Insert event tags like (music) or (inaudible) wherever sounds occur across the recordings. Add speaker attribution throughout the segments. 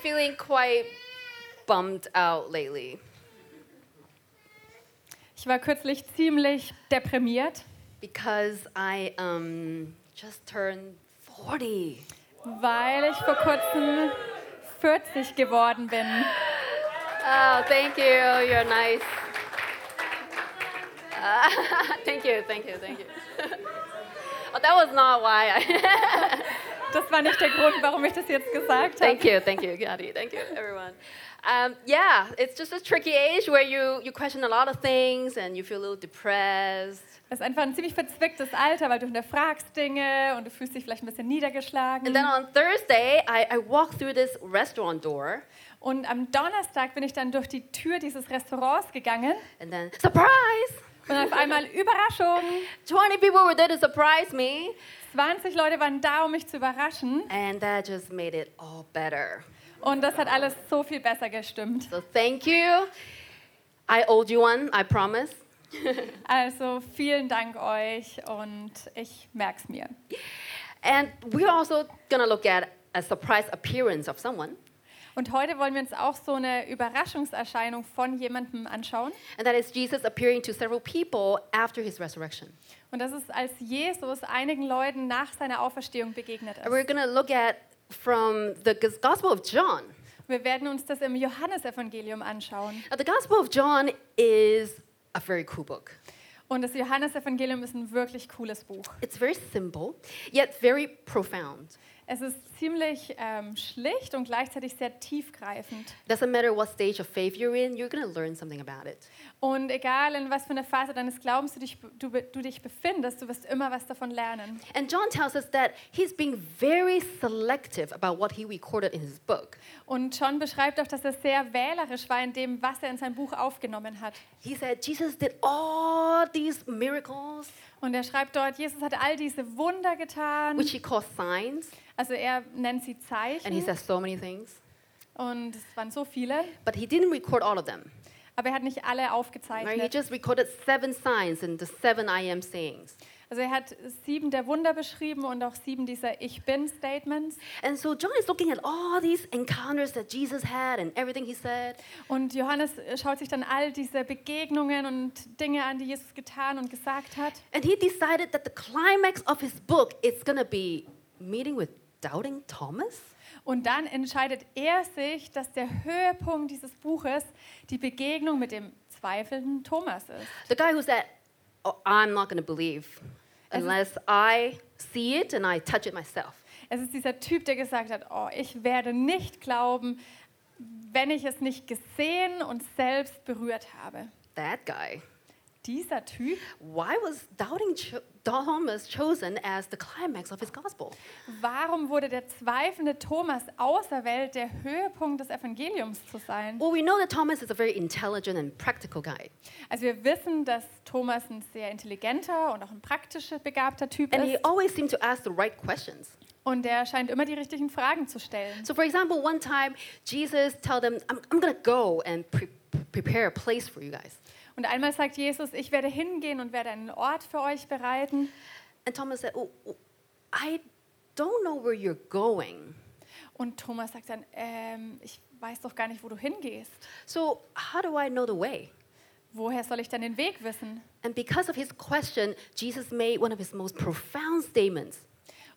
Speaker 1: feeling quite bummed out lately
Speaker 2: Ich war kürzlich ziemlich deprimiert,
Speaker 1: because I um, just turned 40.
Speaker 2: weil ich vor kurzem 40 geworden bin.
Speaker 1: Oh, thank you. You're nice. Uh, (laughs) thank you, thank you, (laughs) thank you. oh, that was not why I. (laughs)
Speaker 2: Das war nicht der Grund, warum ich das jetzt gesagt habe.
Speaker 1: thank you, thank you, Gadi. Thank you, everyone. Um, yeah, it's just a tricky age where you, you question a lot of things and you feel a little depressed.
Speaker 2: Es ist einfach ein ziemlich verzwicktes Alter, weil du hinterfragst Dinge und du fühlst dich vielleicht ein bisschen niedergeschlagen.
Speaker 1: And then on Thursday, I, I walked through this restaurant door
Speaker 2: Und am Donnerstag bin ich dann durch die Tür dieses Restaurants gegangen
Speaker 1: and then, surprise!
Speaker 2: und auf einmal Überraschung,
Speaker 1: 20 people were there to surprise me.
Speaker 2: 20 Leute waren da, um mich zu überraschen
Speaker 1: And that just made it all better.
Speaker 2: und das hat alles so viel besser gestimmt.
Speaker 1: So thank you. I owed you one, I promise. (laughs)
Speaker 2: Also vielen Dank euch und ich merk's mir.
Speaker 1: And we're also gonna look at a surprise appearance of someone,
Speaker 2: Und heute wollen wir uns auch so eine Überraschungserscheinung von jemandem anschauen.
Speaker 1: and that is Jesus appearing to several people after his resurrection.
Speaker 2: Und das ist, als Jesus einigen Leuten nach seiner Auferstehung begegnet
Speaker 1: And
Speaker 2: ist.
Speaker 1: we're gonna look at from the Gos- Gospel of John.
Speaker 2: Wir werden uns das im Johannesevangelium anschauen.
Speaker 1: Now, the Gospel of John is a very cool book.
Speaker 2: Und das Johannesevangelium ist ein wirklich cooles Buch.
Speaker 1: It's very simple, yet very profound.
Speaker 2: Es ist ziemlich ähm, schlicht und gleichzeitig sehr tiefgreifend.
Speaker 1: Doesn't matter what stage of faith you're in, you're gonna learn something about it.
Speaker 2: Und egal in was für einer Phase deines Glaubens du dich, du, be- du dich befindest, du wirst immer was davon lernen.
Speaker 1: And John tells us that he's being very selective about what he recorded in his book.
Speaker 2: Und John beschreibt auch, dass er sehr wählerisch war in dem, was er in sein Buch aufgenommen hat.
Speaker 1: He said Jesus did all these miracles,
Speaker 2: Und er schreibt dort, Jesus hat all diese Wunder getan.
Speaker 1: which he calls signs,
Speaker 2: Also er nennt sie
Speaker 1: and he
Speaker 2: Zeichen.
Speaker 1: says so many things,
Speaker 2: Und es waren so viele.
Speaker 1: but he didn't record all of them.
Speaker 2: Aber er hat nicht alle
Speaker 1: Right? He
Speaker 2: aufgezeichnet.
Speaker 1: just recorded seven signs and the seven I am sayings.
Speaker 2: Also er hat sieben der Wunder beschrieben und auch sieben dieser Ich bin-Statements.
Speaker 1: And so John is looking at all these encounters that Jesus had and everything he said,
Speaker 2: Und Johannes schaut sich dann all diese Begegnungen und Dinge an, die Jesus getan und gesagt hat.
Speaker 1: and he decided that the climax of his book is going to be meeting with doubting Thomas.
Speaker 2: Und dann entscheidet er sich, dass der Höhepunkt dieses Buches die Begegnung mit dem zweifelnden Thomas ist.
Speaker 1: The guy who said, oh, I'm not going to believe
Speaker 2: As if-
Speaker 1: unless I see it and I touch it myself.
Speaker 2: Es ist dieser Typ, der gesagt hat, oh, ich werde nicht glauben, wenn ich es nicht gesehen und selbst berührt habe.
Speaker 1: That guy.
Speaker 2: Dieser Typ,
Speaker 1: Why was doubting Cho- Thomas chosen as the climax of his gospel?
Speaker 2: warum wurde der zweifelnde Thomas auserwählt, der Höhepunkt des Evangeliums zu sein?
Speaker 1: Well, we know that Thomas is a very intelligent and practical guy.
Speaker 2: Also wir wissen, dass Thomas ein sehr intelligenter und auch ein praktisch begabter Typ
Speaker 1: And he
Speaker 2: ist
Speaker 1: always seemed to ask the right questions.
Speaker 2: und er scheint immer die richtigen Fragen zu stellen.
Speaker 1: So, for example, one time Jesus told them, I'm, I'm going to go and pre- prepare a place for you guys.
Speaker 2: Und einmal sagt Jesus, ich werde hingehen und werde einen Ort für euch bereiten.
Speaker 1: And Thomas said, oh, oh, I don't know where you're going.
Speaker 2: Und Thomas sagt dann, ähm, ich weiß doch gar nicht, wo du hingehst.
Speaker 1: So, how do I know the way?
Speaker 2: Woher soll ich denn den Weg wissen?
Speaker 1: And because of his question, Jesus made one of his most profound statements.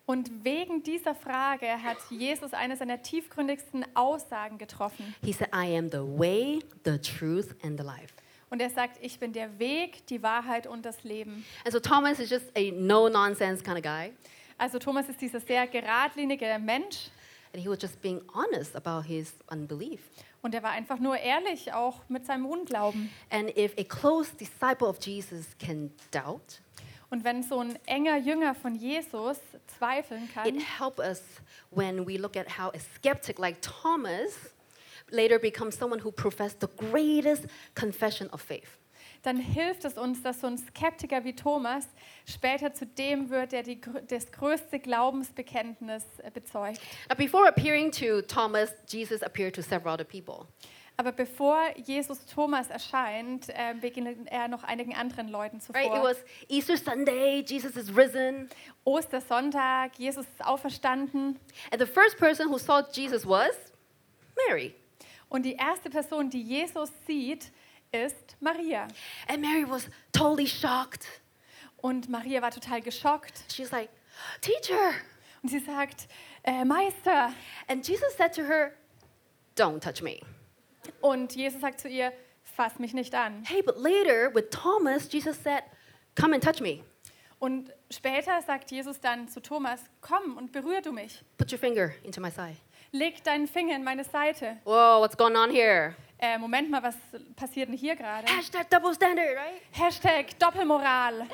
Speaker 2: Und wegen dieser Frage hat Jesus eine seiner tiefgründigsten Aussagen getroffen.
Speaker 1: He said, I am the way, the truth, and the life.
Speaker 2: Und er sagt, ich bin der Weg, die Wahrheit und das Leben.
Speaker 1: And so Thomas is just a no nonsense kind of guy.
Speaker 2: Also Thomas ist dieser sehr geradlinige Mensch
Speaker 1: And he was just being honest about his unbelief.
Speaker 2: und er war einfach nur ehrlich, auch mit seinem Unglauben.
Speaker 1: And if a close disciple of Jesus can doubt,
Speaker 2: Und wenn so ein enger Jünger von Jesus zweifeln
Speaker 1: it
Speaker 2: kann,
Speaker 1: helps us when we look at how a skeptic like Thomas later becomes someone who professed the greatest confession of faith.
Speaker 2: dann hilft es uns, dass so ein Skeptiker wie Thomas später zu dem wird, der die, grö- das größte Glaubensbekenntnis äh, bezeugt.
Speaker 1: Now, before appearing to Thomas, Jesus appeared to several other people.
Speaker 2: Aber bevor Jesus Thomas erscheint, äh, begegnet er noch einigen anderen Leuten zuvor.
Speaker 1: Right? It was Easter Sunday, Jesus is risen.
Speaker 2: Ostersonntag, Jesus ist auferstanden.
Speaker 1: And the first person who saw Jesus was Mary.
Speaker 2: Und die erste Person, die Jesus sieht, ist Maria.
Speaker 1: And Mary was totally shocked.
Speaker 2: Und Maria war total geschockt.
Speaker 1: She's like, Teacher.
Speaker 2: Und sie sagt, äh, Meister.
Speaker 1: And Jesus said to her, Don't touch me.
Speaker 2: Und Jesus sagt zu ihr, fass mich nicht an.
Speaker 1: Hey, but later with Thomas, Jesus said, Come and touch me.
Speaker 2: Und später sagt Jesus dann zu Thomas, komm und berühr du mich.
Speaker 1: Put your finger into my side.
Speaker 2: Leg deinen Finger in meine Seite.
Speaker 1: Whoa, what's going on here?
Speaker 2: Äh, Moment mal, was passiert denn hier gerade?
Speaker 1: Hashtag double standard, right?
Speaker 2: Hashtag Doppelmoral.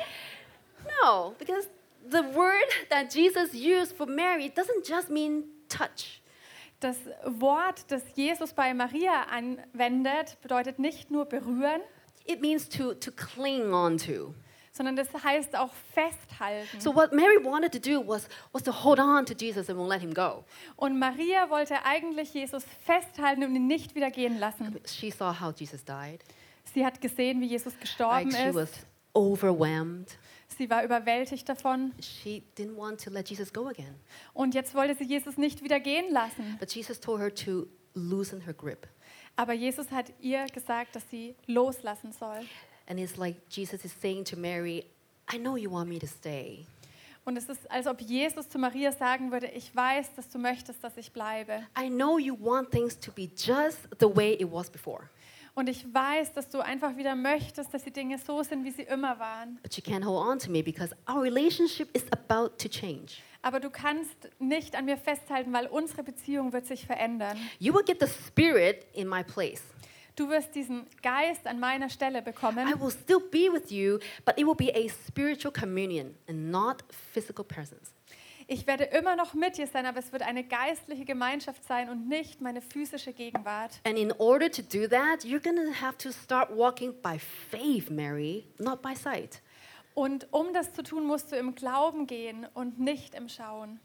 Speaker 1: No, because the word that Jesus used for Mary doesn't just mean touch.
Speaker 2: Das Wort, das Jesus bei Maria anwendet, bedeutet nicht nur berühren,
Speaker 1: It means to, to cling onto.
Speaker 2: sondern das heißt auch festhalten.
Speaker 1: So what Mary wanted to do was, was to hold on to Jesus and won't let him go.
Speaker 2: Und Maria wollte eigentlich Jesus festhalten und ihn nicht wieder gehen lassen.
Speaker 1: She saw how Jesus died.
Speaker 2: Sie hat gesehen, wie Jesus gestorben
Speaker 1: Like she was
Speaker 2: ist.
Speaker 1: overwhelmed.
Speaker 2: Sie war überwältigt davon.
Speaker 1: She didn't want to let Jesus go again.
Speaker 2: Und jetzt wollte sie Jesus nicht wieder gehen lassen.
Speaker 1: But Jesus told her to loosen her grip.
Speaker 2: Aber Jesus hat ihr gesagt, dass sie loslassen soll.
Speaker 1: And it's like Jesus is saying to Mary, I know you want me to stay,
Speaker 2: Und es ist, als ob Jesus zu Maria sagen würde, ich weiß, dass du möchtest, dass ich bleibe.
Speaker 1: I know you want things to be just the way it was before,
Speaker 2: Und ich weiß, dass du einfach wieder möchtest, dass die Dinge so sind, wie sie immer waren.
Speaker 1: but you can't hold on to me because our relationship is about to change.
Speaker 2: Aber du kannst nicht an mir festhalten, weil unsere Beziehung wird sich verändern.
Speaker 1: You will get the spirit in my place.
Speaker 2: Du wirst diesen Geist an meiner Stelle
Speaker 1: I
Speaker 2: bekommen.
Speaker 1: will still be with you, but it will be a spiritual communion and not physical presence.
Speaker 2: Ich werde immer noch mit dir sein, aber es wird eine geistliche Gemeinschaft sein und nicht meine physische Gegenwart.
Speaker 1: And in order to do that, you're going to have to start walking by faith, Mary, not by sight.
Speaker 2: Und um das zu tun, musst du im Glauben gehen und nicht im Schauen.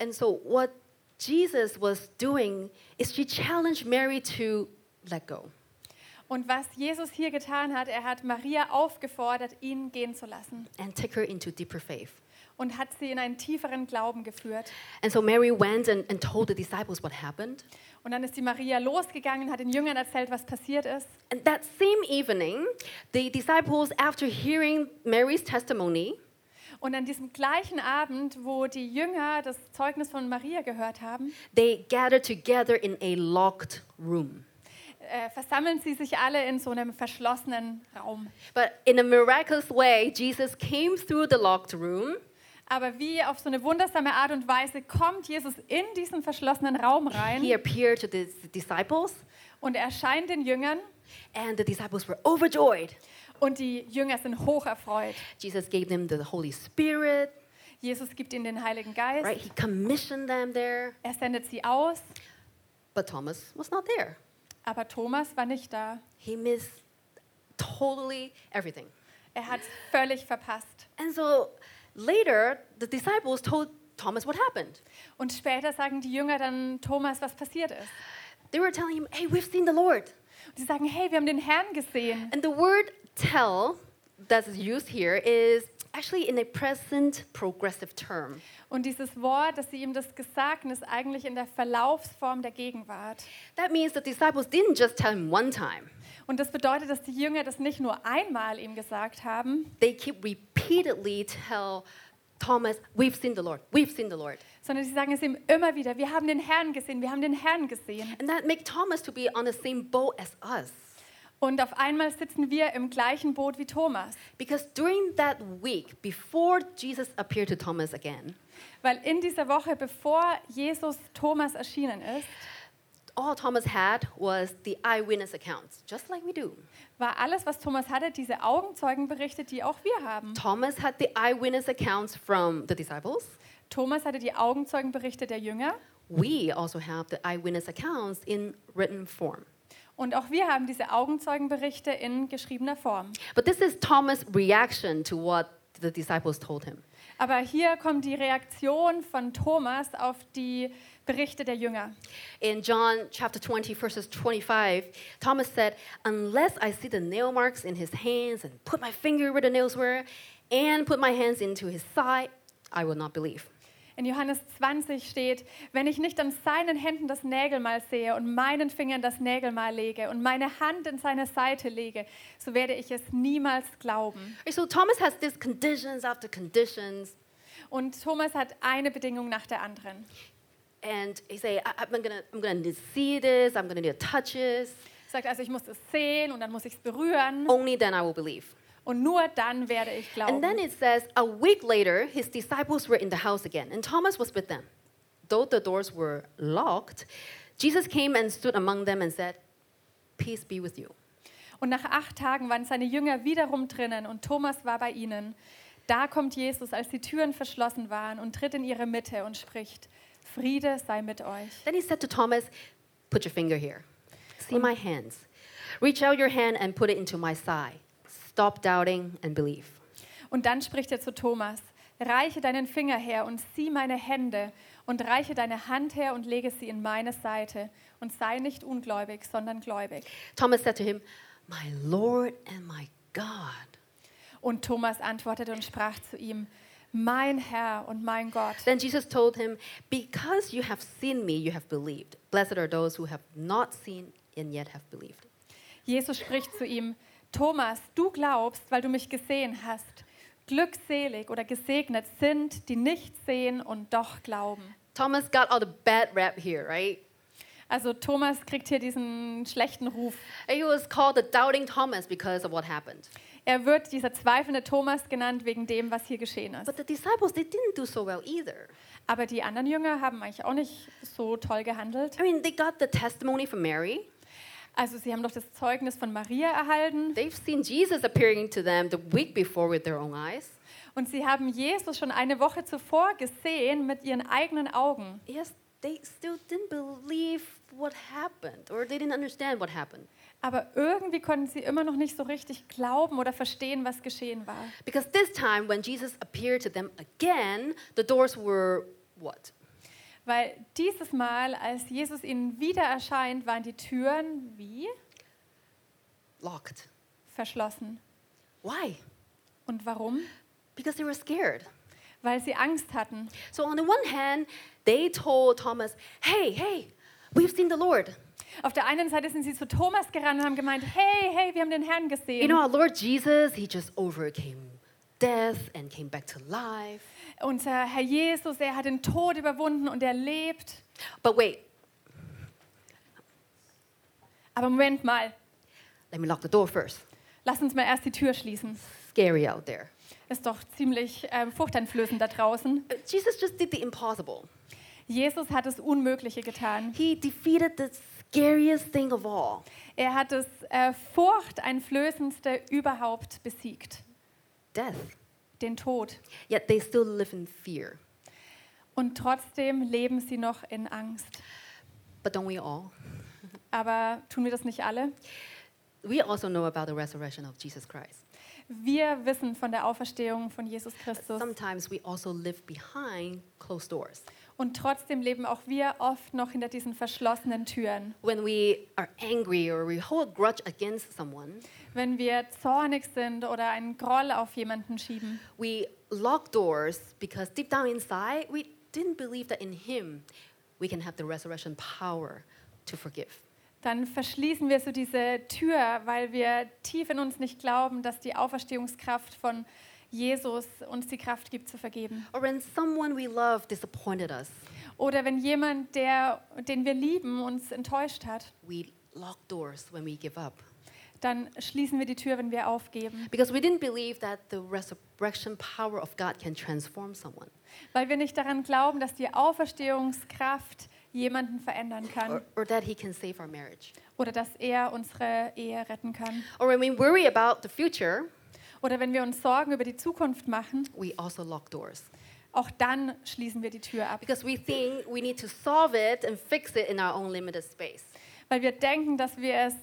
Speaker 1: And so what Jesus was doing is she challenged Mary to let go.
Speaker 2: Und was Jesus hier getan hat, er hat Maria aufgefordert, ihn gehen zu lassen
Speaker 1: and take her into deeper faith.
Speaker 2: und hat sie in einen tieferen Glauben geführt.
Speaker 1: And so Mary went and, and told the disciples what happened.
Speaker 2: Und dann ist die Maria losgegangen, hat den Jüngern erzählt, was passiert ist.
Speaker 1: And that same evening, the disciples, after hearing Mary's testimony,
Speaker 2: Und an diesem gleichen Abend, wo die Jünger das Zeugnis von Maria gehört haben,
Speaker 1: they gathered together in a locked room.
Speaker 2: äh, versammeln sie sich alle in so einem verschlossenen Raum.
Speaker 1: But in a miraculous way, Jesus came through the locked room.
Speaker 2: Aber wie auf so eine wundersame Art und Weise kommt Jesus in diesen verschlossenen Raum
Speaker 1: He
Speaker 2: rein
Speaker 1: appeared to the disciples,
Speaker 2: und erscheint den Jüngern.
Speaker 1: and the disciples were overjoyed.
Speaker 2: Und die Jünger sind hoch erfreut.
Speaker 1: Jesus gave them the Holy Spirit,
Speaker 2: Jesus gibt ihnen den Heiligen Geist.
Speaker 1: right? He commissioned them there.
Speaker 2: Er sendet sie aus,
Speaker 1: But Thomas was not there.
Speaker 2: aber Thomas war nicht da.
Speaker 1: He missed totally everything.
Speaker 2: Er hat völlig verpasst.
Speaker 1: And so later, the disciples told Thomas what happened.
Speaker 2: Und später sagen die Jünger dann Thomas, was passiert ist.
Speaker 1: They were telling him, hey, we've seen the Lord.
Speaker 2: Und sie sagen, hey, wir haben den Herrn gesehen.
Speaker 1: And the word tell that's used here is actually in a present progressive term.
Speaker 2: Und dieses Wort, dass sie ihm das gesagt haben, ist eigentlich in der Verlaufsform der Gegenwart.
Speaker 1: That means the disciples didn't just tell him one time,
Speaker 2: Und das bedeutet, dass die Jünger das nicht nur einmal ihm gesagt haben,
Speaker 1: they keep repeatedly tell Thomas, we've seen the Lord, we've seen the Lord.
Speaker 2: sondern sie sagen es ihm immer wieder, wir haben den Herrn gesehen, wir haben den Herrn gesehen.
Speaker 1: And that make Thomas to be on the same boat as us.
Speaker 2: Und auf einmal sitzen wir im gleichen Boot wie Thomas.
Speaker 1: Because during that week, before Jesus appeared to Thomas again,
Speaker 2: Weil in dieser Woche, bevor Jesus Thomas erschienen ist,
Speaker 1: all Thomas had was the eyewitness accounts, just like we do.
Speaker 2: war alles, was Thomas hatte, diese Augenzeugenberichte, die auch wir haben.
Speaker 1: Thomas had the eyewitness accounts from the disciples.
Speaker 2: Thomas hatte die Augenzeugenberichte der Jünger
Speaker 1: We also have the eyewitness accounts in written form.
Speaker 2: und auch wir haben diese Augenzeugenberichte in geschriebener Form.
Speaker 1: But this is Thomas' reaction to what the disciples told him.
Speaker 2: Aber hier kommt die Reaktion von Thomas auf die Berichte der Jünger.
Speaker 1: In John chapter 20, verses 25, Thomas said, Unless I see the nail marks in his hands and put my finger where the nails were and put my hands into his side, I will not believe.
Speaker 2: In Johannes 20 steht, wenn ich nicht an seinen Händen das Nägelmal sehe und meinen Fingern das Nägelmal lege und meine Hand in seine Seite lege, so werde ich es niemals glauben.
Speaker 1: And so Thomas has these conditions after conditions,
Speaker 2: Und Thomas hat eine Bedingung nach der anderen.
Speaker 1: and he say, I- I'm gonna, I'm gonna need to see this. I'm gonna need to touch this.
Speaker 2: Er sagt also, ich muss es sehen und dann muss ich es berühren
Speaker 1: Only then I will believe.
Speaker 2: und nur dann werde ich
Speaker 1: And then
Speaker 2: glauben.
Speaker 1: it says, a week later, his disciples were in the house again, and Thomas was with them. Though the doors were locked, Jesus came and stood among them and said, Peace be with you.
Speaker 2: Und nach acht Tagen waren seine Jünger wiederum drinnen und Thomas war bei ihnen. Da kommt Jesus, als die Türen verschlossen waren, und tritt in ihre Mitte und spricht, Friede sei mit euch.
Speaker 1: Then he said to Thomas, Put your finger here. See my hands. Reach out your hand and put it into my side. Stop doubting and believe.
Speaker 2: Und dann spricht er zu Thomas, reiche deinen Finger her und sieh meine Hände und reiche deine Hand her und lege sie in meine Seite und sei nicht ungläubig, sondern gläubig.
Speaker 1: Thomas said to him, My Lord and my God.
Speaker 2: Und Thomas antwortete und sprach zu ihm, mein Herr und mein Gott.
Speaker 1: Then Jesus told him, Because you have seen me, you have believed. Blessed are those who have not seen and yet have believed.
Speaker 2: Jesus spricht zu ihm, Thomas, du glaubst, weil du mich gesehen hast. Glückselig oder gesegnet sind, die nicht sehen und doch glauben.
Speaker 1: Thomas got all the bad rap here, right?
Speaker 2: Also Thomas kriegt hier diesen schlechten Ruf.
Speaker 1: And He was called the doubting Thomas because of what happened.
Speaker 2: Er wird dieser zweifelnde Thomas genannt wegen dem, was hier geschehen ist.
Speaker 1: But the disciples, they didn't do so well either.
Speaker 2: Aber die anderen Jünger haben eigentlich auch nicht so toll gehandelt.
Speaker 1: I mean, they got the testimony from Mary.
Speaker 2: Also sie haben doch das Zeugnis von Maria erhalten
Speaker 1: They've seen Jesus appearing to them the week before with their own eyes.
Speaker 2: und sie haben Jesus schon eine Woche zuvor gesehen mit ihren eigenen Augen.
Speaker 1: Yes, they still didn't believe what happened or they didn't understand what happened
Speaker 2: Aber irgendwie konnten sie immer noch nicht so richtig glauben oder verstehen, was geschehen war.
Speaker 1: because this time when Jesus appeared to them again, the doors were what?
Speaker 2: Weil dieses Mal, als Jesus ihnen wieder erscheint, waren die Türen wie
Speaker 1: Locked.
Speaker 2: verschlossen.
Speaker 1: Why?
Speaker 2: Und warum?
Speaker 1: Because they were scared.
Speaker 2: Weil sie Angst hatten.
Speaker 1: So on the one hand, they told Thomas, "Hey, hey, we've seen the Lord.
Speaker 2: Auf der einen Seite sind sie zu Thomas gerannt und haben gemeint, hey, hey, wir haben den Herrn gesehen.
Speaker 1: You know, our Lord Jesus, he just overcame death and came back to life."
Speaker 2: Unser Herr Jesus, er hat den Tod überwunden und er lebt.
Speaker 1: But wait,
Speaker 2: Aber Moment mal,
Speaker 1: let me lock the door first.
Speaker 2: lass uns mal erst die Tür schließen.
Speaker 1: Scary out there.
Speaker 2: Ist doch ziemlich ähm, furchteinflößend da draußen.
Speaker 1: Uh, Jesus just did the impossible.
Speaker 2: Jesus hat das Unmögliche getan.
Speaker 1: He defeated the scariest thing of all.
Speaker 2: Er hat das äh, furchteinflößendste überhaupt besiegt,
Speaker 1: Death.
Speaker 2: den Tod.
Speaker 1: Yet they still live in fear.
Speaker 2: Und trotzdem leben sie noch in Angst.
Speaker 1: But don't we all?
Speaker 2: Aber tun wir das nicht alle?
Speaker 1: We also know about the resurrection of Jesus Christ.
Speaker 2: Wir wissen von der Auferstehung von Jesus Christus.
Speaker 1: Sometimes we also live behind closed doors.
Speaker 2: Und trotzdem leben auch wir oft noch hinter diesen verschlossenen Türen.
Speaker 1: When we are angry or we hold a grudge against someone,
Speaker 2: Wenn wir zornig sind oder einen Groll auf jemanden schieben.
Speaker 1: we lock doors because deep down inside, we didn't believe that in Him we can have the resurrection power to forgive.
Speaker 2: Dann verschließen wir so diese Tür, weil wir tief in uns nicht glauben, dass die Auferstehungskraft von Jesus uns die Kraft gibt zu vergeben.
Speaker 1: Or when someone we love disappointed us,
Speaker 2: Oder wenn jemand, der, den wir lieben, uns enttäuscht hat,
Speaker 1: we lock doors when we give up
Speaker 2: dann schließen wir die Tür, wenn wir aufgeben,
Speaker 1: because we didn't believe that the resurrection power of God can transform someone.
Speaker 2: weil wir nicht daran glauben, dass die Auferstehungskraft jemanden verändern
Speaker 1: Or,
Speaker 2: kann
Speaker 1: or that he can save our marriage.
Speaker 2: oder dass er unsere Ehe retten kann.
Speaker 1: Or when we worry about the future,
Speaker 2: Oder wenn wir uns Sorgen über die Zukunft machen,
Speaker 1: we also lock doors
Speaker 2: auch dann schließen wir die Tür ab,
Speaker 1: because we think we need to solve it and fix it in our own limited space.
Speaker 2: weil wir denken, dass wir es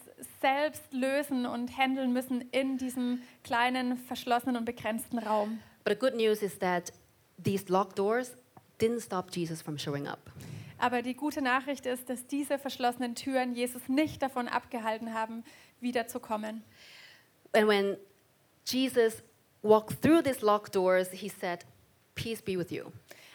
Speaker 2: selbst lösen und handeln müssen in diesem kleinen, verschlossenen und begrenzten Raum.
Speaker 1: But the good news is that these locked doors didn't stop Jesus from showing up.
Speaker 2: Aber die gute Nachricht ist, dass diese verschlossenen Türen Jesus nicht davon abgehalten haben, wiederzukommen.
Speaker 1: And when Jesus walked through these locked doors, he said, Peace be with you.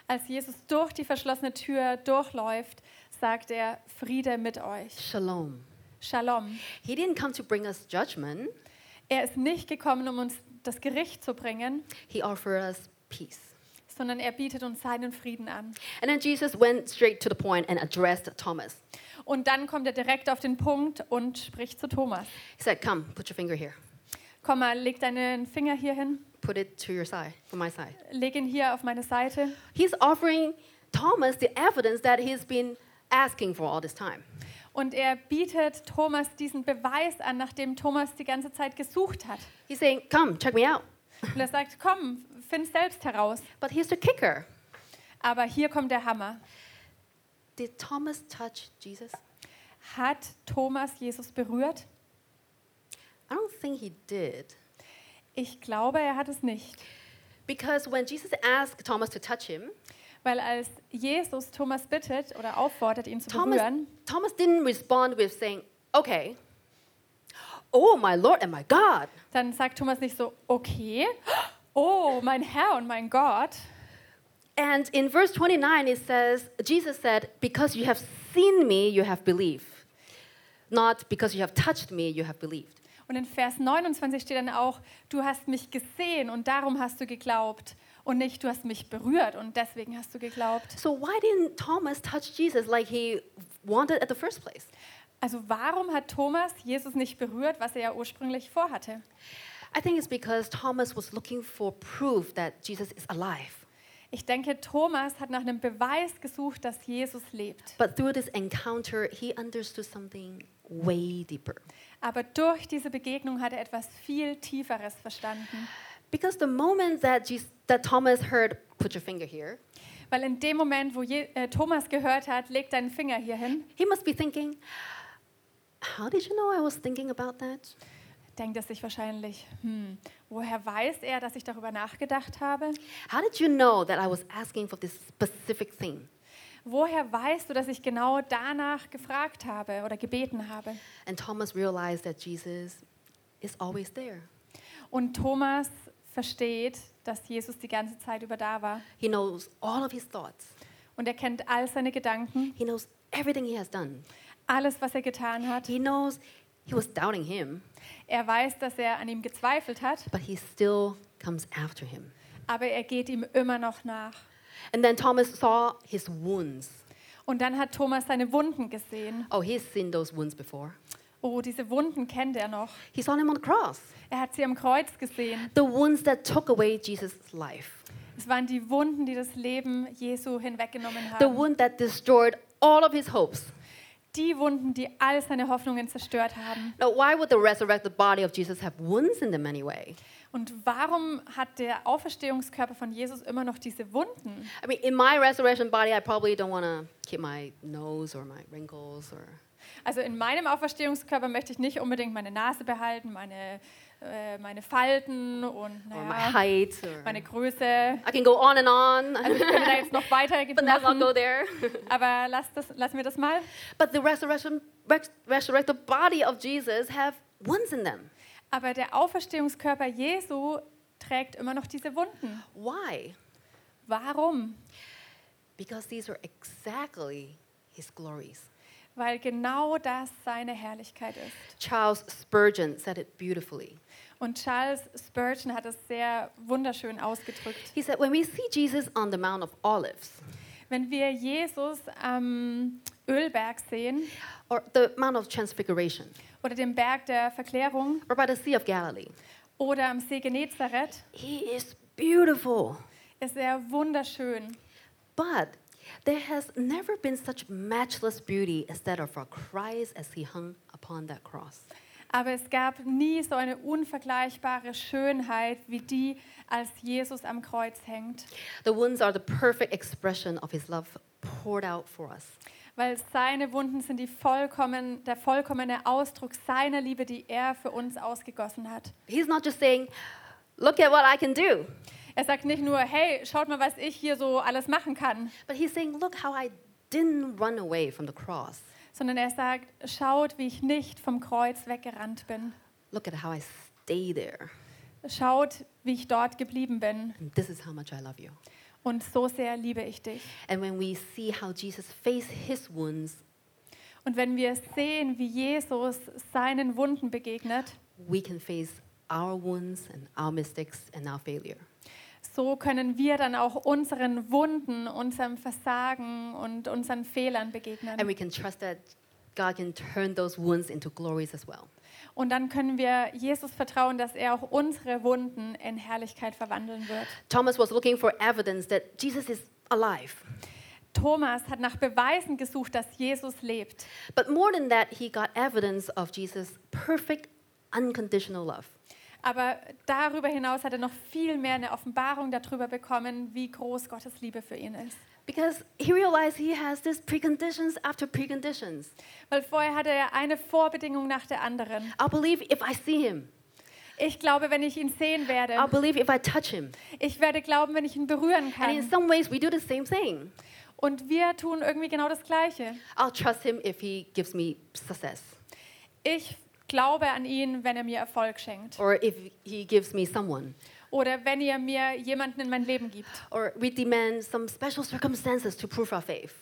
Speaker 2: Als Jesus durch die verschlossene Tür durchläuft, sagt er, Friede mit euch.
Speaker 1: Shalom.
Speaker 2: Shalom.
Speaker 1: He didn't come to bring us judgment,
Speaker 2: Er ist nicht gekommen, um uns das Gericht zu bringen,
Speaker 1: He offered us peace.
Speaker 2: sondern er bietet uns seinen Frieden an.
Speaker 1: And then Jesus went straight to the point and addressed Thomas.
Speaker 2: Und dann kommt er direkt auf den Punkt und spricht zu Thomas.
Speaker 1: He said, Come, put your finger here.
Speaker 2: Komm mal, leg deinen Finger hier hin,
Speaker 1: Put it to your side, to my side.
Speaker 2: leg ihn hier auf meine Seite.
Speaker 1: He's offering Thomas the evidence that he's been asking for all this time.
Speaker 2: Und er bietet Thomas diesen Beweis an, nachdem Thomas die ganze Zeit gesucht hat.
Speaker 1: He's saying, Come, check me out.
Speaker 2: Und er sagt, komm, find selbst heraus.
Speaker 1: But here's the kicker
Speaker 2: Aber hier kommt der Hammer.
Speaker 1: Did Thomas touch Jesus?
Speaker 2: Hat Thomas Jesus berührt?
Speaker 1: I don't think he did.
Speaker 2: Ich glaube, er hat es nicht.
Speaker 1: Because when Jesus asked Thomas to touch him,
Speaker 2: Weil als Jesus Thomas bittet oder auffordert, ihn zu
Speaker 1: Thomas,
Speaker 2: berühren,
Speaker 1: Thomas didn't respond with saying, Okay, oh my Lord and my God.
Speaker 2: dann sagt Thomas nicht so, okay, oh, mein Herr und mein Gott.
Speaker 1: And in verse 29, it says, Jesus said, Because you have seen me, you have believed. Not because you have touched me, you have believed.
Speaker 2: Und in Vers 29 steht dann auch, du hast mich gesehen und darum hast du geglaubt. Und nicht, du hast mich berührt und deswegen hast du geglaubt.
Speaker 1: So why didn't Thomas touch Jesus like he wanted at the first place?
Speaker 2: Also warum hat Thomas Jesus nicht berührt, was er ja ursprünglich vorhatte?
Speaker 1: I think it's because Thomas was looking for proof that Jesus is alive.
Speaker 2: Ich denke, Thomas hat nach einem Beweis gesucht, dass Jesus lebt.
Speaker 1: But through this encounter, he understood something way deeper.
Speaker 2: Aber durch diese Begegnung hat er etwas viel Tieferes verstanden.
Speaker 1: Because the moment that, Jesus, that Thomas heard, put your finger here,
Speaker 2: Weil in dem Moment, wo Je äh, Thomas gehört hat, leg deinen Finger hier hin,
Speaker 1: he must be thinking, How did you know I was thinking about that?
Speaker 2: denkt er sich wahrscheinlich, hm, woher weiß er, dass ich darüber nachgedacht habe?
Speaker 1: How did you know that I was asking for this specific thing?
Speaker 2: Woher weißt du, dass ich genau danach gefragt habe oder gebeten habe?
Speaker 1: And Thomas realized that Jesus is always there.
Speaker 2: Und Thomas versteht, dass Jesus die ganze Zeit über da war.
Speaker 1: He knows all of his thoughts,
Speaker 2: Und er kennt all seine Gedanken,
Speaker 1: he knows everything he has done.
Speaker 2: alles, was er getan hat.
Speaker 1: He knows he was doubting him,
Speaker 2: Er weiß, dass er an ihm gezweifelt hat,
Speaker 1: but he still comes after him.
Speaker 2: aber er geht ihm immer noch nach.
Speaker 1: And then Thomas saw his wounds.
Speaker 2: Und dann hat Thomas seine Wunden gesehen.
Speaker 1: Oh, he's seen those wounds before.
Speaker 2: Oh, diese Wunden kennt er noch.
Speaker 1: He saw them on the cross.
Speaker 2: Er hat sie am Kreuz gesehen.
Speaker 1: The wounds that took away Jesus' life.
Speaker 2: Es waren die Wunden, die das Leben Jesu hinweggenommen
Speaker 1: The
Speaker 2: haben.
Speaker 1: wound that destroyed all of his hopes.
Speaker 2: Die Wunden, die all seine Hoffnungen zerstört haben.
Speaker 1: Now, why would the resurrected body of Jesus have wounds in them anyway?
Speaker 2: Und warum hat der Auferstehungskörper von Jesus immer noch diese Wunden?
Speaker 1: I mean, in my resurrection body, I probably don't want to keep my nose or my wrinkles or.
Speaker 2: Also in meinem Auferstehungskörper möchte ich nicht unbedingt meine Nase behalten, meine, äh, meine Falten und
Speaker 1: Or my
Speaker 2: naja,
Speaker 1: height, or
Speaker 2: meine Größe.
Speaker 1: I can go on and on,
Speaker 2: Also ich könnte da jetzt noch weiter
Speaker 1: but let's not go
Speaker 2: machen,
Speaker 1: there. (laughs)
Speaker 2: aber lass das, lassen wir das mal.
Speaker 1: but the resurrection, res- resurrected body of Jesus have wounds in them.
Speaker 2: Aber der Auferstehungskörper Jesu trägt immer noch diese Wunden.
Speaker 1: Why?
Speaker 2: Warum?
Speaker 1: Because these are exactly his glories.
Speaker 2: Weil genau das seine Herrlichkeit ist.
Speaker 1: Charles Spurgeon said it beautifully.
Speaker 2: Und Charles Spurgeon hat es sehr wunderschön ausgedrückt.
Speaker 1: He said, When we see Jesus on the Mount of Olives,
Speaker 2: Wenn wir Jesus am Ölberg sehen
Speaker 1: or the Mount of Transfiguration,
Speaker 2: oder dem Berg der Verklärung
Speaker 1: or by the Sea of Galilee,
Speaker 2: oder am See Genezareth,
Speaker 1: he is beautiful.
Speaker 2: ist er wunderschön.
Speaker 1: But there has never been such matchless beauty as that of our Christ as he hung upon that cross.
Speaker 2: Aber es gab nie so eine unvergleichbare Schönheit wie die, als Jesus am Kreuz hängt.
Speaker 1: The wounds are the perfect expression of his love poured out for us.
Speaker 2: Weil seine Wunden sind die vollkommen, der vollkommene Ausdruck seiner Liebe, die er für uns ausgegossen hat.
Speaker 1: He's not just saying, Look at what I can do,
Speaker 2: Er sagt nicht nur, hey, schaut mal, was ich hier so alles machen kann,
Speaker 1: but he's saying, Look how I didn't run away from the cross.
Speaker 2: sondern er sagt, schaut, wie ich nicht vom Kreuz weggerannt bin.
Speaker 1: Look at how I stay there.
Speaker 2: Schaut, wie ich dort geblieben bin.
Speaker 1: And this is how much I love you.
Speaker 2: Und so sehr liebe ich dich.
Speaker 1: And when we see how Jesus faced his wounds,
Speaker 2: Und wenn wir sehen, wie Jesus seinen Wunden begegnet,
Speaker 1: we can face our wounds and our mistakes and our failure.
Speaker 2: so können wir dann auch unseren Wunden, unserem Versagen und unseren Fehlern
Speaker 1: And
Speaker 2: begegnen.
Speaker 1: we can trust that God can turn those wounds into glories as well.
Speaker 2: Und dann können wir Jesus vertrauen, dass er auch unsere Wunden in Herrlichkeit verwandeln wird.
Speaker 1: Thomas was looking for evidence that Jesus is alive.
Speaker 2: Thomas hat nach Beweisen gesucht, dass Jesus lebt.
Speaker 1: But more than that, he got evidence of Jesus' perfect, unconditional love.
Speaker 2: Aber darüber hinaus hat er noch viel mehr eine Offenbarung darüber bekommen, wie groß Gottes Liebe für ihn ist.
Speaker 1: Because he realized he has these preconditions after preconditions.
Speaker 2: Weil vorher hatte er eine Vorbedingung nach der anderen.
Speaker 1: I'll believe if I see him.
Speaker 2: Ich glaube, wenn ich ihn sehen
Speaker 1: I'll
Speaker 2: werde,
Speaker 1: believe if I touch him.
Speaker 2: ich werde glauben, wenn ich ihn berühren
Speaker 1: And in
Speaker 2: kann.
Speaker 1: some ways, we do the same thing.
Speaker 2: Und wir tun irgendwie genau das Gleiche.
Speaker 1: I'll trust him if he gives me success,
Speaker 2: Ich glaube an ihn, wenn er mir Erfolg schenkt.
Speaker 1: or if he gives me someone.
Speaker 2: Oder wenn er mir jemanden in mein Leben gibt.
Speaker 1: Or we demand some special circumstances to prove our faith.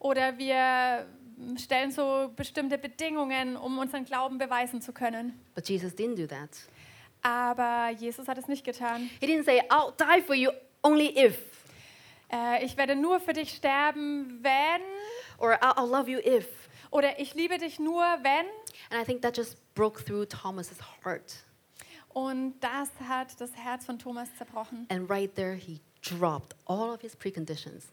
Speaker 2: Oder wir stellen so bestimmte Bedingungen, um unseren Glauben beweisen zu können.
Speaker 1: But Jesus didn't do that.
Speaker 2: Aber Jesus hat es nicht getan.
Speaker 1: He didn't say, I'll die for you only if,
Speaker 2: Äh, ich werde nur für dich sterben, wenn.
Speaker 1: or I'll, I'll love you if.
Speaker 2: Oder ich liebe dich nur, wenn.
Speaker 1: And I think that just broke through Thomas's heart.
Speaker 2: Und das hat das Herz von Thomas zerbrochen.
Speaker 1: And right there, he dropped all of his preconditions.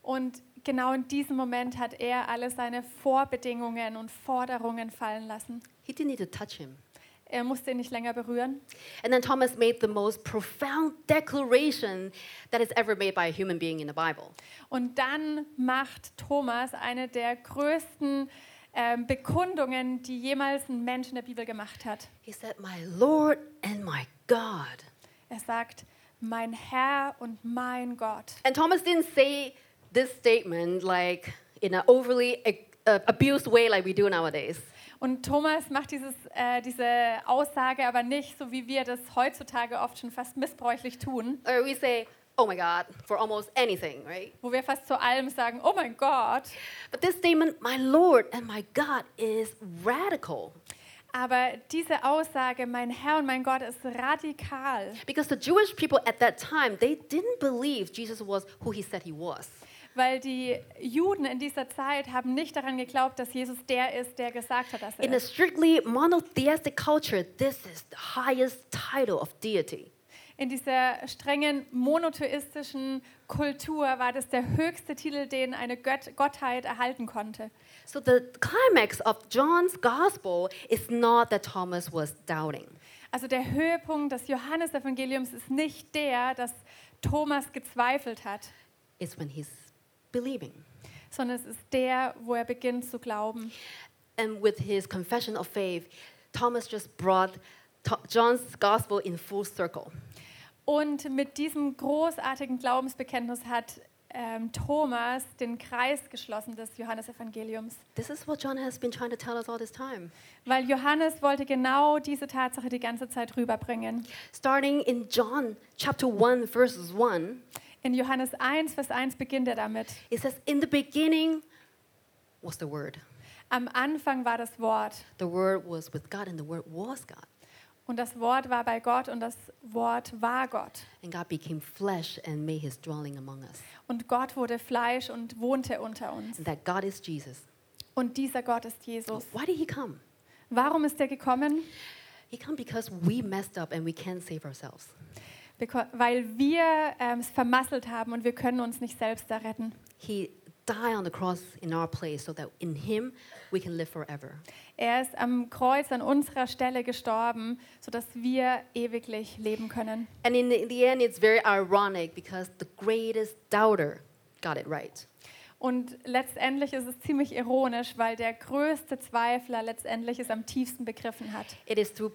Speaker 2: Und genau in diesem Moment hat er alle seine Vorbedingungen und Forderungen fallen lassen.
Speaker 1: He didn't need to touch him.
Speaker 2: Er musste ihn nicht länger berühren.
Speaker 1: And then Thomas made the most profound declaration that is ever made by a human being in the Bible.
Speaker 2: Und dann macht Thomas eine der größten ähm, Bekundungen, die jemals ein Mensch in der Bibel gemacht hat.
Speaker 1: He said, My Lord and my God.
Speaker 2: Er sagt, mein Herr und mein Gott.
Speaker 1: And Thomas didn't say this statement like in an overly uh, abused way like we do nowadays.
Speaker 2: Und Thomas macht dieses, äh, diese Aussage aber nicht, so wie wir das heutzutage oft schon fast missbräuchlich tun,
Speaker 1: Or we say, Oh my God, for almost anything, right?
Speaker 2: wo wir fast zu allem sagen, oh mein Gott.
Speaker 1: But this statement, My Lord and my God, is radical
Speaker 2: Aber diese Aussage, mein Herr und mein Gott, ist radikal,
Speaker 1: because the Jewish people at that time, they didn't believe Jesus was who he said he was.
Speaker 2: weil die Juden in dieser Zeit haben nicht daran geglaubt, dass Jesus der ist, der gesagt hat, dass er
Speaker 1: In a
Speaker 2: ist.
Speaker 1: strictly monotheistic culture, this is the highest title of deity.
Speaker 2: In dieser strengen monotheistischen Kultur war das der höchste Titel, den eine Gött Gottheit erhalten konnte.
Speaker 1: So the climax of John's gospel is not that Thomas was doubting.
Speaker 2: Also der Höhepunkt des Johannesevangeliums ist nicht der, dass Thomas gezweifelt hat,
Speaker 1: It's when he's believing.
Speaker 2: sondern es ist der, wo er beginnt zu glauben.
Speaker 1: And with his confession of faith, Thomas just brought To- John's gospel in full circle.
Speaker 2: Und mit diesem großartigen Glaubensbekenntnis hat ähm, Thomas den Kreis geschlossen des Johannesevangeliums.
Speaker 1: This is what John has been trying to tell us all this time.
Speaker 2: Weil Johannes wollte genau diese Tatsache die ganze Zeit rüberbringen.
Speaker 1: Starting in John chapter 1, verses 1,
Speaker 2: In Johannes 1, Vers 1 beginnt er damit.
Speaker 1: it says, In the beginning was the Word.
Speaker 2: Am Anfang war das Wort
Speaker 1: The Word was with God, and the Word was God.
Speaker 2: und das Wort war bei Gott und das Wort war Gott.
Speaker 1: And God became flesh and made his dwelling among us.
Speaker 2: Und Gott wurde Fleisch und wohnte unter uns.
Speaker 1: And that God is Jesus.
Speaker 2: Und dieser Gott ist Jesus.
Speaker 1: Why did he come?
Speaker 2: Warum ist er gekommen?
Speaker 1: He come because we messed up and we can't save ourselves.
Speaker 2: Beko- Weil wir ähm, es vermasselt haben und wir können uns nicht selbst erretten.
Speaker 1: He died on the cross in our place so that in him we can live forever.
Speaker 2: Er ist am Kreuz an unserer Stelle gestorben, sodass wir ewiglich leben können.
Speaker 1: And in the, in the end, it's very ironic because the greatest doubter got it right.
Speaker 2: Und letztendlich ist es ziemlich ironisch, weil der größte Zweifler letztendlich es am tiefsten begriffen hat.
Speaker 1: It is through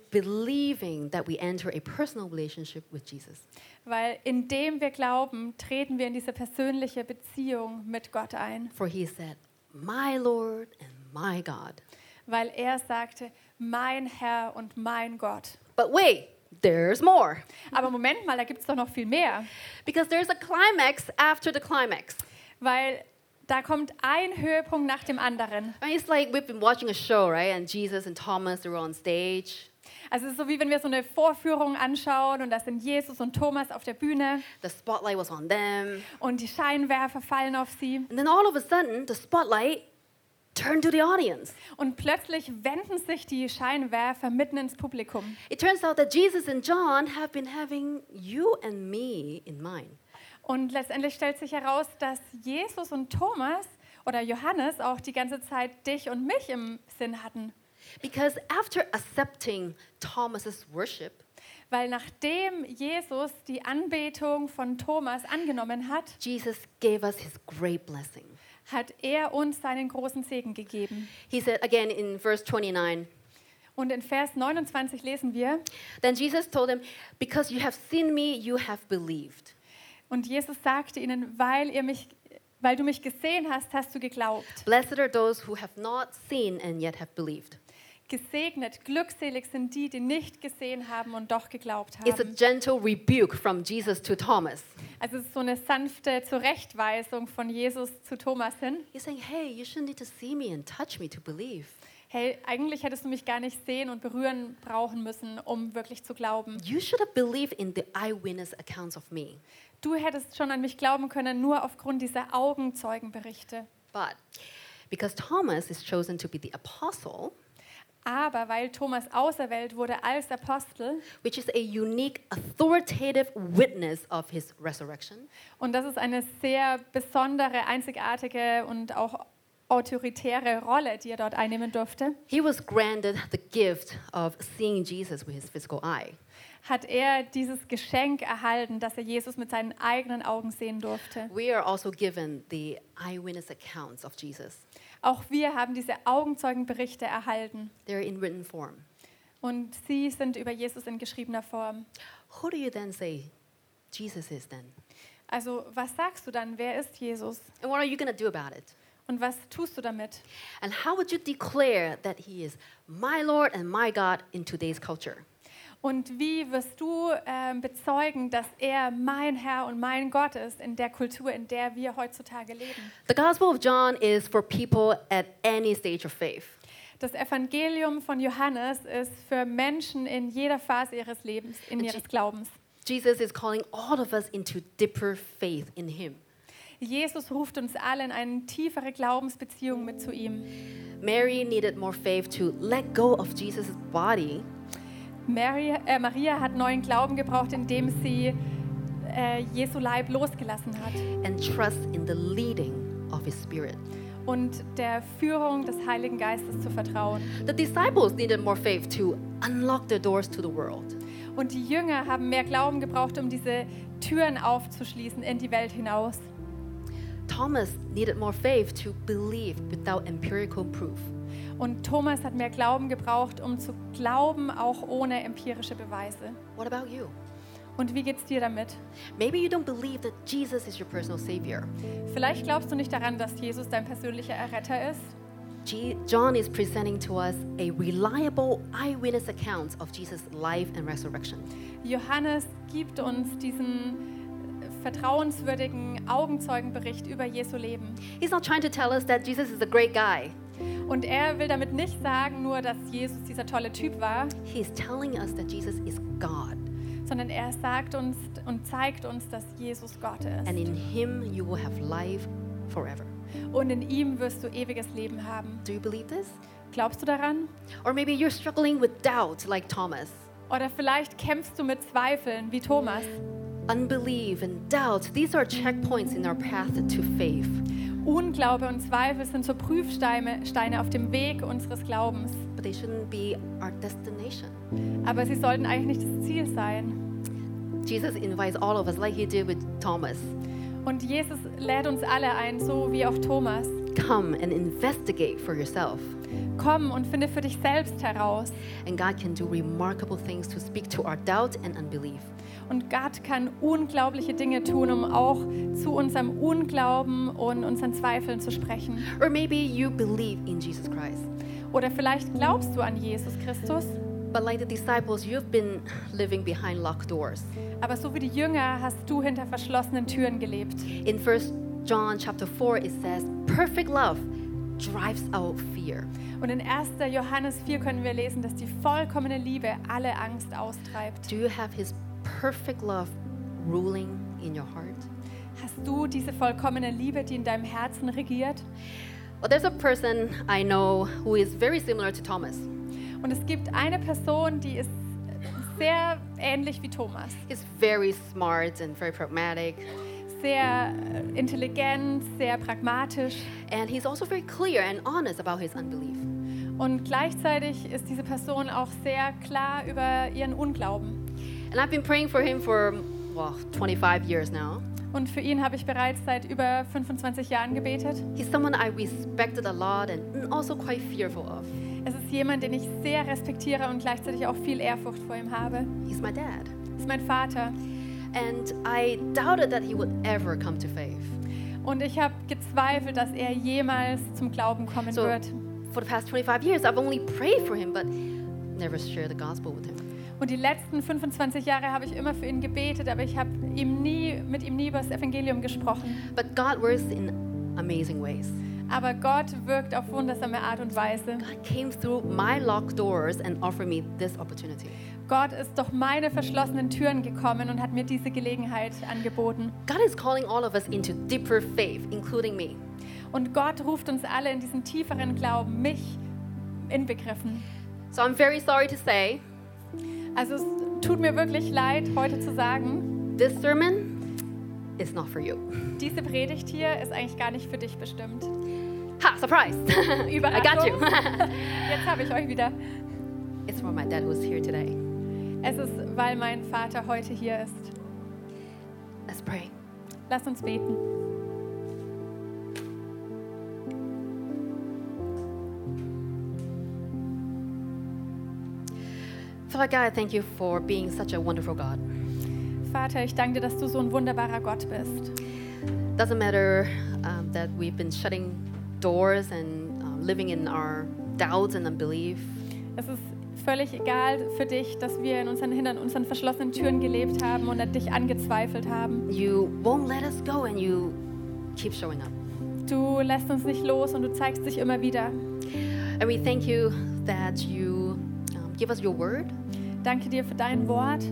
Speaker 1: believing that we enter a personal relationship with Jesus.
Speaker 2: Weil indem wir glauben, treten wir in diese persönliche Beziehung mit Gott ein.
Speaker 1: For he said, My Lord and my God.
Speaker 2: weil er sagte, mein Herr und mein Gott.
Speaker 1: But wait, there's more.
Speaker 2: Aber Moment mal, da gibt es doch noch viel mehr.
Speaker 1: Because there's a climax after the climax.
Speaker 2: Weil da kommt ein Höhepunkt nach dem anderen.
Speaker 1: I mean, it's like we've been watching a show, right? And Jesus and Thomas, they were on stage.
Speaker 2: Also es ist so wie wenn wir so eine Vorführung anschauen und da sind Jesus und Thomas auf der Bühne
Speaker 1: The spotlight was on them.
Speaker 2: und die Scheinwerfer fallen auf sie
Speaker 1: And then all of a sudden, the spotlight turned to the audience.
Speaker 2: und plötzlich wenden sich die Scheinwerfer mitten ins Publikum.
Speaker 1: It turns out that Jesus and John have been having you and me in mind.
Speaker 2: Und letztendlich stellt sich heraus, dass Jesus und Thomas oder Johannes auch die ganze Zeit dich und mich im Sinn hatten.
Speaker 1: Because after accepting Thomas's worship,
Speaker 2: Weil nachdem Jesus die Anbetung von Thomas angenommen hat,
Speaker 1: Jesus gave us his great blessing.
Speaker 2: hat er uns seinen großen Segen gegeben.
Speaker 1: He said again in verse 29,
Speaker 2: Und in Vers 29 lesen wir,
Speaker 1: Then Jesus told them, Because you have seen me, you have believed.
Speaker 2: und Jesus sagte ihnen, weil, ihr mich, weil du mich gesehen hast, hast du geglaubt.
Speaker 1: Blessed are those who have not seen and yet have believed.
Speaker 2: Gesegnet, glückselig sind die, die nicht gesehen haben und doch geglaubt
Speaker 1: It's a
Speaker 2: haben.
Speaker 1: gentle rebuke from Jesus to Thomas.
Speaker 2: Also es ist so eine sanfte Zurechtweisung von Jesus zu Thomas hin.
Speaker 1: He's saying, Hey, you shouldn't need to see me and touch me to believe.
Speaker 2: Hey, eigentlich hättest du mich gar nicht sehen und berühren brauchen müssen, um wirklich zu glauben.
Speaker 1: You should have believed in the eyewitness accounts of me.
Speaker 2: Du hättest schon an mich glauben können, nur aufgrund dieser Augenzeugenberichte.
Speaker 1: But because Thomas is chosen to be the apostle,
Speaker 2: Aber weil Thomas auserwählt wurde als Apostel,
Speaker 1: which is a unique, authoritative witness of his resurrection,
Speaker 2: und das ist eine sehr besondere, einzigartige und auch autoritäre Rolle, die er dort einnehmen durfte,
Speaker 1: he was granted the gift of seeing Jesus with his physical eye.
Speaker 2: hat er dieses Geschenk erhalten, dass er Jesus mit seinen eigenen Augen sehen durfte.
Speaker 1: We are also given the eyewitness accounts of Jesus.
Speaker 2: Auch wir haben diese Augenzeugenberichte erhalten
Speaker 1: They're in written form.
Speaker 2: und sie sind über Jesus in geschriebener Form.
Speaker 1: Who do you then say Jesus is then?
Speaker 2: Also was sagst du dann? Wer ist Jesus?
Speaker 1: And what are you going to do about it?
Speaker 2: Und was tust du damit?
Speaker 1: And how would you declare that he is my Lord and my God in today's culture?
Speaker 2: Und wie wirst du ähm, bezeugen, dass er mein Herr und mein Gott ist in der Kultur, in der wir heutzutage leben?
Speaker 1: The Gospel of John is for people at any stage of faith.
Speaker 2: Das Evangelium von Johannes ist für Menschen in jeder Phase ihres Lebens, in ihres Glaubens.
Speaker 1: Jesus is calling all of us into deeper faith in him.
Speaker 2: Jesus ruft uns alle in eine tiefere Glaubensbeziehung mit zu ihm.
Speaker 1: Mary needed more faith to let go of Jesus' body
Speaker 2: Mary, äh, Maria hat neuen Glauben gebraucht, indem sie äh, Jesu Leib losgelassen hat
Speaker 1: and trust in the leading of his spirit.
Speaker 2: und der Führung des Heiligen Geistes zu vertrauen.
Speaker 1: The disciples needed more faith to unlock the doors to the world.
Speaker 2: Und die Jünger haben mehr Glauben gebraucht, um diese Türen aufzuschließen in die Welt hinaus.
Speaker 1: Thomas needed more faith to believe without empirical proof.
Speaker 2: Und Thomas hat mehr Glauben gebraucht, um zu glauben, auch ohne empirische Beweise.
Speaker 1: What about you?
Speaker 2: Und wie geht's dir damit?
Speaker 1: Maybe you don't believe that Jesus is your personal savior.
Speaker 2: Vielleicht glaubst du nicht daran, dass Jesus dein persönlicher Erretter ist.
Speaker 1: G- John is presenting to us a reliable eyewitness account of Jesus' life and resurrection.
Speaker 2: Johannes gibt uns diesen vertrauenswürdigen Augenzeugenbericht über Jesu Leben.
Speaker 1: He's not trying to tell us that Jesus is a great guy.
Speaker 2: Und er will damit nicht sagen, nur dass Jesus dieser tolle Typ war,
Speaker 1: He's telling us that Jesus is God,
Speaker 2: sondern er sagt uns und zeigt uns, dass Jesus Gott ist.
Speaker 1: and in him you will have life forever.
Speaker 2: und in ihm wirst du ewiges Leben haben.
Speaker 1: Do you believe this?
Speaker 2: Glaubst du daran?
Speaker 1: Or maybe you're struggling with doubt like Thomas.
Speaker 2: Oder vielleicht kämpfst du mit Zweifeln wie Thomas.
Speaker 1: Unbelief and doubt, these are checkpoints in our path to faith.
Speaker 2: Unglaube und Zweifel sind so Prüfsteine Steine auf dem Weg unseres Glaubens.
Speaker 1: But they shouldn't be our destination.
Speaker 2: Aber sie sollten eigentlich das Ziel sein.
Speaker 1: Jesus invites all of us, like he did with Thomas,
Speaker 2: Und Jesus lädt uns alle ein, so wie auch Thomas.
Speaker 1: come and investigate for yourself.
Speaker 2: Komm und finde für dich selbst heraus.
Speaker 1: And God can do remarkable things to speak to our doubt and unbelief.
Speaker 2: Und Gott kann unglaubliche Dinge tun, um auch zu unserem Unglauben und unseren Zweifeln zu sprechen.
Speaker 1: Or maybe you believe in Jesus Christ.
Speaker 2: Oder vielleicht glaubst du an Jesus Christus
Speaker 1: But like the disciples, you've been living behind locked doors.
Speaker 2: Aber so wie die Jünger hast du hinter verschlossenen Türen gelebt.
Speaker 1: In 1 John chapter 4, it says, perfect love drives out fear.
Speaker 2: Und in 1. Johannes 4 können wir lesen, dass die vollkommene Liebe alle Angst austreibt.
Speaker 1: Do you have his perfect love ruling in your heart?
Speaker 2: Hast du diese vollkommene Liebe, die in deinem Herzen regiert?
Speaker 1: Well, there's a person I know who is very similar to Thomas.
Speaker 2: Und es gibt eine Person, die ist sehr ähnlich wie Thomas.
Speaker 1: He's very smart and very pragmatic,
Speaker 2: Sehr äh, intelligent, sehr pragmatisch.
Speaker 1: and he's also very clear and honest about his unbelief.
Speaker 2: Und gleichzeitig ist diese Person auch sehr klar über ihren Unglauben.
Speaker 1: And I've been praying for him for, well, 25 years now.
Speaker 2: Und für ihn habe ich bereits seit über 25 Jahren gebetet.
Speaker 1: He's someone I respected a lot and also quite fearful of.
Speaker 2: Es ist jemand, den ich sehr respektiere und gleichzeitig auch viel Ehrfurcht vor ihm habe.
Speaker 1: He's my dad.
Speaker 2: ist mein Vater.
Speaker 1: And I doubted that he would ever come to faith.
Speaker 2: Und ich habe gezweifelt, dass er jemals zum Glauben kommen
Speaker 1: So
Speaker 2: wird.
Speaker 1: for the past 25 years, I've only prayed for him, but never shared the gospel with him.
Speaker 2: Und die letzten 25 Jahre habe ich immer für ihn gebetet, aber ich habe ihm nie, mit ihm nie über das Evangelium gesprochen.
Speaker 1: But God works in amazing ways.
Speaker 2: Aber Gott wirkt auf wundersame Art und Weise.
Speaker 1: God came through my locked doors and offered me this opportunity.
Speaker 2: Gott ist durch meine verschlossenen Türen gekommen und hat mir diese Gelegenheit angeboten.
Speaker 1: God is calling all of us into deeper faith, including me.
Speaker 2: Und Gott ruft uns alle in diesen tieferen Glauben, mich inbegriffen.
Speaker 1: So I'm very sorry to say,
Speaker 2: Also es tut mir wirklich leid, heute zu sagen,
Speaker 1: this sermon is not for you.
Speaker 2: diese Predigt hier ist eigentlich gar nicht für
Speaker 1: (laughs)
Speaker 2: dich bestimmt.
Speaker 1: Ha, surprise! (laughs) I got you.
Speaker 2: Jetzt habe ich euch wieder.
Speaker 1: (laughs) it's for my dad who's here today.
Speaker 2: Es ist, weil mein Vater heute hier ist.
Speaker 1: Let's pray.
Speaker 2: Lass uns beten.
Speaker 1: Father God, I thank you for being such a wonderful God.
Speaker 2: Vater, ich danke dir, dass du so ein wunderbarer Gott bist.
Speaker 1: Doesn't matter um, that we've been shutting doors and um, living in our doubts and unbelief.
Speaker 2: Es ist völlig egal für dich, dass wir in unseren, hinter unseren verschlossenen Türen gelebt haben und an dich angezweifelt haben.
Speaker 1: You won't let us go and you keep showing up.
Speaker 2: Du lässt uns nicht los und du zeigst dich immer wieder.
Speaker 1: And we thank you that you um, give us your word.
Speaker 2: Danke dir für dein Wort.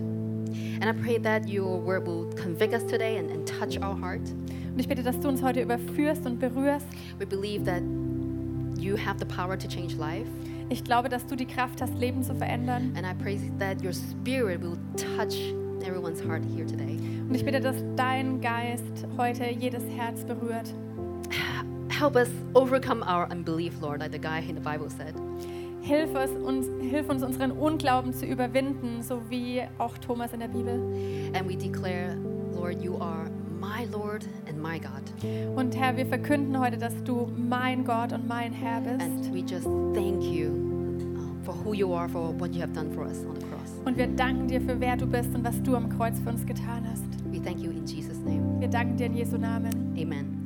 Speaker 1: And I pray that your word will convict us today and, and touch our heart.
Speaker 2: Und ich bitte, dass du uns heute überführst und berührst.
Speaker 1: We believe that you have the power to change life.
Speaker 2: Ich glaube, dass du die Kraft hast, Leben zu verändern.
Speaker 1: And I pray that your spirit will touch everyone's heart here today.
Speaker 2: Und ich bitte, dass dein Geist heute jedes Herz berührt.
Speaker 1: Help us overcome our unbelief, Lord, like the guy in the Bible said.
Speaker 2: Hilf, es uns, hilf uns, unseren Unglauben zu überwinden, so wie auch Thomas in der Bibel.
Speaker 1: And we declare, Lord, you are my Lord and my God.
Speaker 2: Und Herr, wir verkünden heute, dass du mein Gott und mein Herr bist.
Speaker 1: And we just thank you uh, for who you are, for what you have done for us on the cross.
Speaker 2: Und wir danken dir für wer du bist und was du am Kreuz für uns getan hast.
Speaker 1: We thank you in Jesus' name.
Speaker 2: Wir danken dir in Jesu Namen.
Speaker 1: Amen.